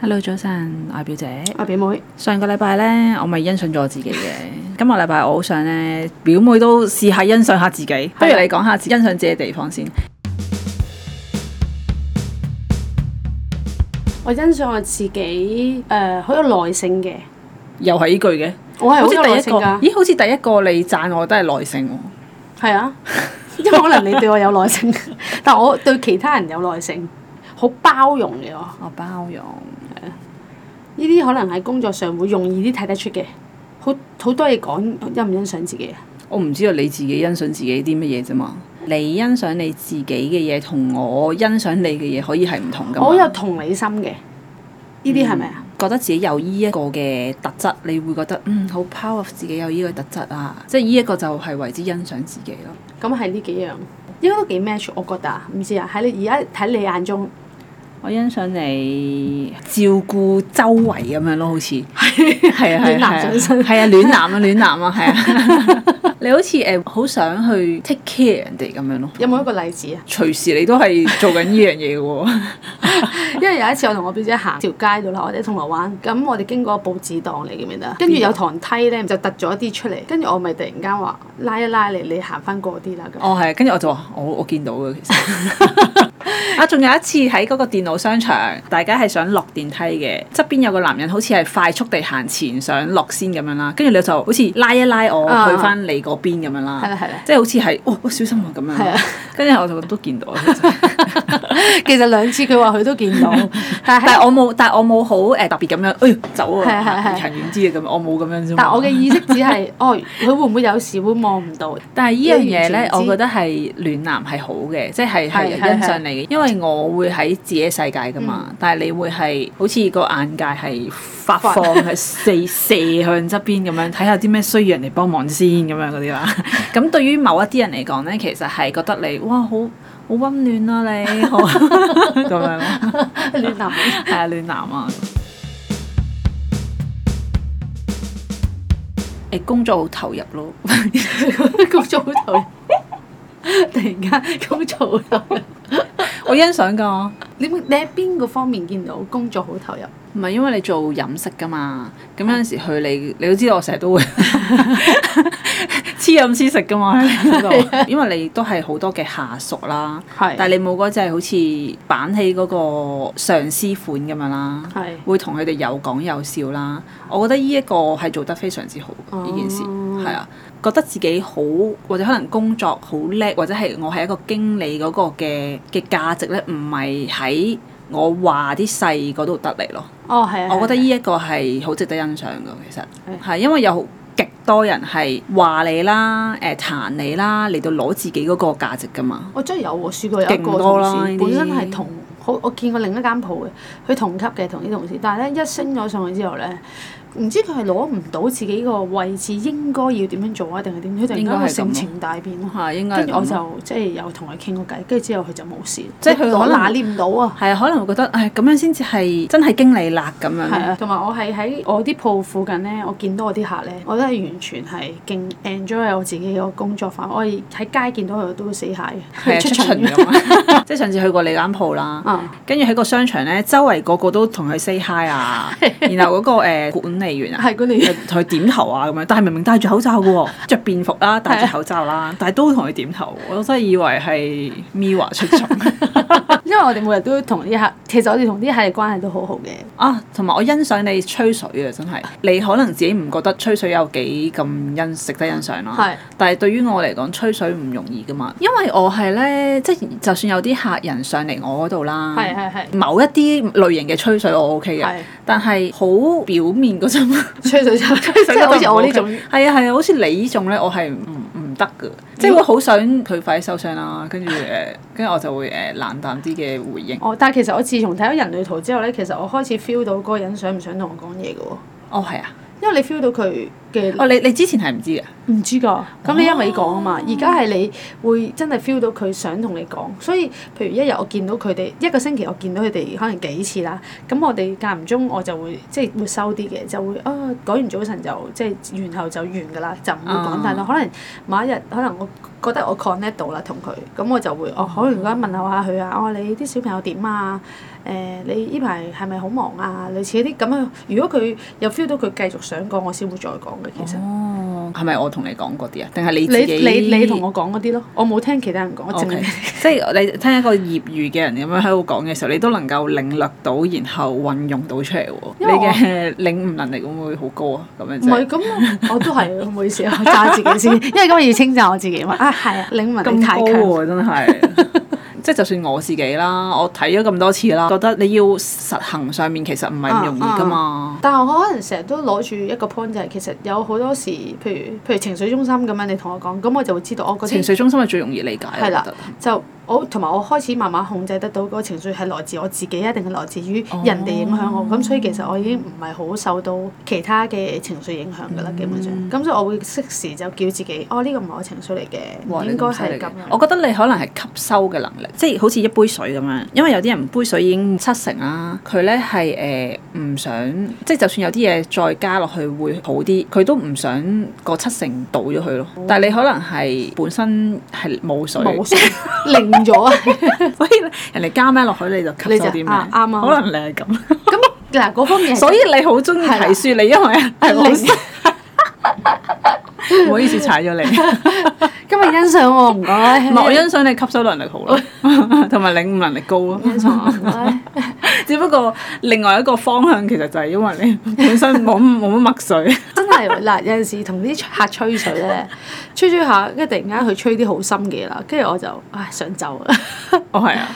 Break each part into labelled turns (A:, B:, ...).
A: Hello，早晨，我係表姐。
B: 阿啊表妹，
A: 上個禮拜呢，我咪欣賞咗我自己嘅。 今個禮拜我好想呢，表妹都試下欣賞下自己。不如你講下欣賞自己嘅地方先。
B: 我欣賞我自己誒好、有耐性嘅，
A: 又係呢句嘅，
B: 我係好有
A: 第
B: 耐
A: 一
B: 性
A: 個，
B: 㗎，
A: 咦？好似第一個你讚我都係耐性喎。
B: 係啊， 因為可能你對我有耐性，但我對其他人有耐性，好包容嘅我。
A: 我包容，
B: 呢啲可能喺工作上會容易啲睇得出嘅，好好多嘢講，欣唔欣賞自己啊？
A: 我唔知道你自己欣賞自己啲乜嘢啫嘛。你欣賞你自己嘅嘢，同我欣賞你嘅嘢可以係唔同噶
B: 我好有同理心嘅，呢啲係咪啊？
A: 覺得自己有呢一個嘅特質，你會覺得嗯好 proud of 自己有呢個特質啊，即係呢一個就係為之欣賞自己咯。
B: 咁係呢幾樣，應該都幾 match，我覺得啊，唔知啊，喺你而家睇你眼中，
A: 我欣賞你照顧周圍咁樣咯，好似係 啊係啊
B: 暖男上身
A: 係啊暖男啊暖男啊係啊， 你好似誒好想去 take care 人哋咁樣咯。
B: 有冇一個例子啊？
A: 隨時你都係做緊呢樣嘢嘅喎，
B: 因為有一次我同我表姐行條街度啦，我哋喺銅鑼灣，咁我哋經過報紙檔，你記唔記得？跟住有堂梯咧，就突咗啲出嚟，跟住我咪突然間話拉一拉你，你行翻過啲啦咁。
A: 哦係，跟住我就話我我見到嘅其實。 啊，仲有一次喺嗰個電腦商場，大家係想落電梯嘅，側邊有個男人好似係快速地行前想落先咁樣啦，跟住你就好似拉一拉我
B: 啊
A: 去翻你嗰邊咁樣啦。
B: 係啦係啦，
A: 即係好似係，哦，我小心啊咁樣。
B: 係啊
A: 跟住我就都見 到，其實
B: 其實兩次佢話佢都見 到，但
A: 但
B: 係
A: 係我冇，但係我冇好誒特別咁樣，哎呀走
B: 係啊係啊係
A: 啊，
B: 啊
A: 行遠啲啊咁，我冇咁樣啫嘛。
B: 但我嘅意識只 係哦，佢會唔會有時會望唔到？
A: 但係呢樣嘢
B: 你完
A: 咧，
B: 全唔
A: 我
B: 知
A: 覺得係暖男係好嘅，即係係
B: 係
A: 欣
B: 係嗯
A: 賞你嘅，因為我會喺自己世界噶嘛，但係你會係好似個眼界係發放
B: 發
A: 係四 射向側邊咁樣，睇下啲咩需要人哋幫忙先咁樣嗰啲 啦。咁對於某一啲人嚟講咧，其實係覺得你哇好好温暖啊你，好咁樣咯，
B: 亂諗。
A: 係啊暖男啊。誒工作好投入咯，
B: 工作好頭， 突然間工作好投 入。
A: 我欣賞㗎。
B: 你你喺邊個方面見到工作好投入？
A: 唔係因為你做飲食噶嘛，咁有陣時去你，你都知道我成日都會黐飲黐食噶嘛喺嗰度，因為你都係好多嘅下屬啦，但
B: 啊係啊
A: 係你冇嗰隻好似板起嗰個上司款咁樣啦，
B: 係
A: 會同佢哋有講有笑啦。我覺得呢一個係做得非常之好嘅呢、件事，
B: 哦
A: 係啊，覺得自己好或者可能工作好叻，或者係我係一個經理嗰個嘅嘅價值咧，唔係喺我話啲細嗰度得嚟咯。
B: 哦係啊，
A: 我覺得
B: 係啊
A: 呢一個係好值得欣賞嘅，其實
B: 係
A: 係因為有極多人係話你啦、誒、彈你啦，嚟到攞自己嗰個價值噶嘛。
B: 我真係有喎，試過有一
A: 勁
B: 個
A: 多
B: 同
A: 啦
B: 事
A: 呢啲
B: 本身係同好，我見過另一間鋪嘅，佢同級嘅同啲同事，但係咧一升咗上去之後咧，唔知佢係攞唔到自己個位置應該要點樣做啊，定係點？佢突然
A: 應該係
B: 間會
A: 咁
B: 性情大變咯。
A: 係應該係
B: 跟住我
A: 咁咯啊
B: 就即係有同佢傾過偈，跟住之後佢就冇事，
A: 即係佢
B: 我
A: 可能
B: 拿捏唔到啊。
A: 係可能會覺得，唉，咁樣先至係真係經理啦咁樣。
B: 係啊，同埋我係喺我啲鋪附近咧，我見到我啲客咧，我都係完全係勁 enjoy 我自己個工作範圍。我係喺街見到佢都會 say hi
A: 係啊，
B: 出
A: 出
B: 巡
A: 巡
B: 嘅
A: 咁啊！ 即係上次去過你間鋪啦，
B: 啊，
A: 跟住喺個商場咧，周圍個個都同佢 say hi 啊，然後嗰個誒管理員啊，
B: 係嗰啲
A: 同佢點頭啊咁樣，但係明明戴住口罩嘅喎，着便服啦，戴住口罩啦，但係啊都同佢點頭，我真係以為係 Miwa 出場
B: 因為我哋每日都同啲客，其實我哋同啲客嘅關係都好好嘅。
A: 啊！同埋我欣賞你吹水啊，真係你可能自己唔覺得吹水有幾咁欣值得欣賞啦，
B: 係
A: 但係對於我嚟講，吹水唔容易噶嘛，因為我係咧，即係就算有啲客人上嚟我嗰度啦，
B: 係係係
A: 某一啲類型嘅吹水我 OK 嘅
B: 係，
A: 但係好表面嗰種。
B: 吹水就吹
A: 即
B: 水，好似我呢種。嗯
A: 係啊係啊，好似你呢種咧，我係唔唔得㗎，即係會好想佢快啲收聲啦，跟住誒，跟住我就會誒冷淡啲嘅回應。
B: 哦，但係其實我自從睇咗人類圖之後咧，其實我開始 feel 到嗰個人想唔想同我講嘢嘅喎，
A: 哦係啊，
B: 因為你 feel 到佢嘅
A: 哦，你你之前係唔知嘅，
B: 唔知㗎，咁你因為講啊嘛，而家係你會真係 feel 到佢想同你講，所以譬如一日我見到佢哋一個星期，我見到佢哋可能幾次啦，咁我哋間唔中我就會即係會收啲嘅，就會啊講完早晨就即係完後就完㗎啦，就唔會講太多。
A: 嗯
B: 可能某一日可能我覺得我 connect 到啦同佢，咁我就會哦可能而家問候下佢啊，哦你啲小朋友點啊？誒、你呢排係咪好忙啊？類似啲咁樣，如果佢有 feel 到佢繼續想講，我先會再講嘅其實。
A: 哦，係咪我同你講嗰啲啊？定係你自
B: 你
A: 己？
B: 你你同我講嗰啲咯，我冇聽其他人講，我
A: O
B: 淨
A: K，
B: 係
A: 即係你聽一個業餘嘅人咁樣喺度講嘅時候，你都能夠領略到，然後運用到出嚟喎。你
B: 因為我
A: 嘅領悟能力會唔會好高啊？咁樣
B: 唔
A: 啫。
B: 係咁，我都 係唔好意思啊，揸自己先，因為今日要稱讚我自己嘛。啊，係啊，領文你
A: 咁
B: 太
A: 高
B: 強，
A: 喎，真 係。即係就算我自己啦，我睇咗咁多次啦，覺得你要實行上面其實唔係
B: 啊
A: 咁容易噶嘛。
B: 但係我可能成日都攞住一個 point 就係其實有好多時，譬如譬如情緒中心咁樣，你同我講，咁我就會知道哦我嗰
A: 情
B: 啲
A: 緒中心係最容易理解，我
B: 係啦
A: 覺得
B: 就我同埋我開始慢慢控制得到嗰個情緒係來自我自己，一定係來自於
A: 哦
B: 人哋影響我。咁、所以其實我已經唔係好受到其他嘅情緒影響㗎
A: 嗯
B: 啦，基本上。咁所以我會適時就叫自己，哦呢、個唔係我情緒嚟
A: 哇
B: 嘅，
A: 你
B: 應該
A: 咁犀利
B: 係
A: 嘅
B: 咁樣。
A: 我覺得你可能係吸收嘅能力，即係好似一杯水咁樣。因為有啲人杯水已經七成啦，佢咧係誒唔想，即係就算有啲嘢再加落去會好啲，佢都唔想個七成倒咗佢咯。但係你可能係本身係冇水，
B: 哦冇水，零 咗啊！
A: 所以呢人哋加咩落去你就吸收啲咩，
B: 你就啊啱啊
A: 可能你係咁，
B: 咁嗱嗰方面係，
A: 所以你好中意睇書，你因為係冇水。 唔好意思踩咗你，唔
B: 今日欣賞我唔該，
A: 係 我欣賞你吸收能力好咯， 同埋領悟能力高咯。
B: 欣賞我唔該。
A: 只不過另外一個方向其實就係因為你 本身冇冇乜墨水，
B: 真係嗱，有陣時同啲客吹水咧，吹吹下，跟住突然間佢吹啲好深嘅嘢啦，跟住我就唉想走啦，
A: 哦係啊，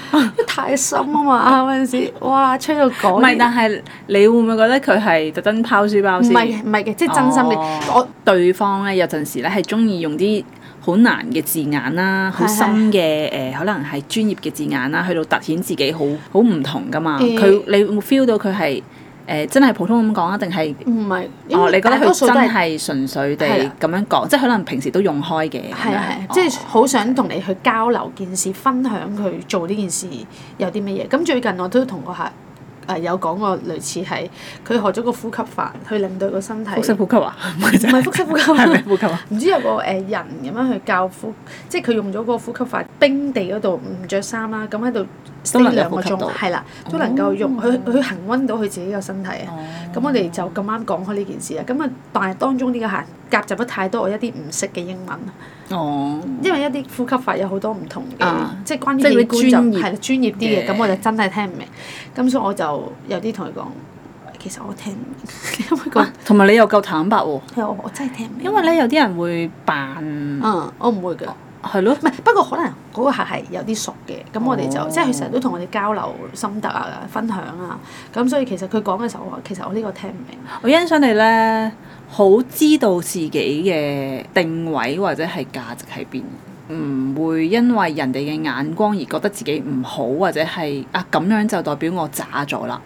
B: 太深啊嘛，有陣時哇吹到
A: 唔
B: 講
A: 係，但係你會唔會覺得佢係特登拋書包
B: 唔
A: 先？
B: 係唔係嘅，即係真心嘅。
A: 哦
B: 我
A: 對方咧有陣時咧係中意用啲好難嘅字眼啦，好深嘅誒、呃可能係專業嘅字眼啦，去到突顯自己好好唔同噶嘛。
B: 誒
A: 佢、你會 feel 到佢係誒真係普通咁講啊，定係？
B: 唔係，因
A: 哦，你
B: 為
A: 覺得
B: 大多
A: 佢
B: 數
A: 真
B: 都係
A: 係純粹地
B: 係啦
A: 咁樣講，即係可能平時都用開嘅咁樣。
B: 係啊係啊，
A: 哦
B: 即係好想同你去交流件事，分享佢做呢件事有啲乜嘢。咁最近我都同個客誒有講過類似係佢學咗個呼吸法，去令到個身體
A: 腹式
B: 唔
A: 呼吸啊，唔係
B: 係腹式呼 吸，
A: 係咪呼吸啊？
B: 唔知有個誒呃人咁樣去教呼，即係佢用咗嗰個呼吸法，冰地嗰度唔着衫啦，咁喺度
A: 都
B: stay
A: 能夠
B: 兩個
A: 呼吸到哦
B: 鐘，係啦，都能夠用佢佢恆温到佢自己個身體啊。咁我哋就咁啱講開呢件事啦。咁啊，但係當中呢個客夾雜得太多我一啲唔識嘅英文。啊
A: 哦，
B: 因為一啲呼吸法有好多唔同嘅，
A: 啊
B: 即係關於
A: 即係
B: 器
A: 嗰啲
B: 官就
A: 專業
B: 係啦專業啲嘅，
A: 嘅
B: 咁我就真係聽唔明，咁所以我就有啲同佢講，其實我聽唔明， 因為個
A: 啊同埋你又夠坦白喎，
B: 係我我真係聽唔明，
A: 因為咧有啲人會扮
B: 嗯我唔會嘅，唔
A: 係咯，
B: 係不過可能嗰個客係有啲熟嘅，咁我哋就
A: 哦
B: 即係佢成日都同我哋交流心得啊、分享啊，咁所以其實佢講嘅時候，我話其實我呢個聽唔明，
A: 我欣賞你咧，好知道自己嘅定位或者係價值喺邊。唔會因為人哋嘅眼光而覺得自己唔好，或者係啊咁樣就代表我渣咗啦，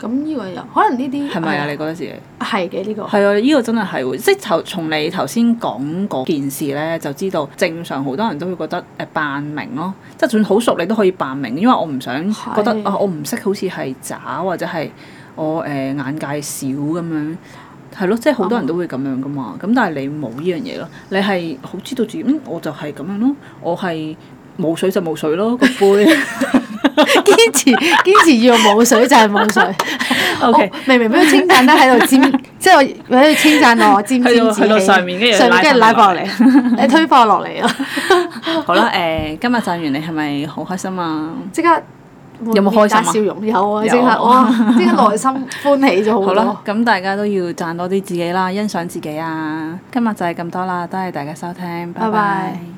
B: 咁呢個又可能呢啲
A: 係咪啊？
B: 係
A: 你覺得自己？
B: 係嘅呢個。
A: 係啊，呢、個真係係喎，即係頭從你頭先講嗰件事咧，就知道正常好多人都會覺得誒扮明咯，即係就算好熟你都可以扮明，因為我唔想覺得
B: 係
A: 啊我唔識好似係渣或者係我誒、眼界少咁樣。係咯，即係好多人都會咁樣噶嘛。咁但係你冇呢樣嘢咯，你係好知道自己，嗯，我就係咁樣咯，我係冇水就冇水咯，個杯。
B: 堅持堅持要冇水就係冇 水。
A: OK
B: 我明明俾佢稱讚得 喺度尖，即係我喺度稱讚我尖尖
A: 去到
B: 自
A: 去到
B: 喜
A: 上面跟住
B: 上面
A: 拉
B: 跟住
A: 翻
B: 拉
A: 佢落
B: 爆嚟， 你推爆落嚟啊咯，
A: 好啦，誒、今日讚完你係咪好開心啊？
B: 即刻
A: 有冇開心啊
B: 面帶笑容有啊，
A: 有
B: 即刻哇，即刻內心歡喜咗
A: 好
B: 好
A: 啦
B: 多，。
A: 咁大家都要讚多啲自己啦，欣賞自己啊！今日就係咁多啦，多謝大家收聽，拜
B: 拜
A: 拜
B: 拜。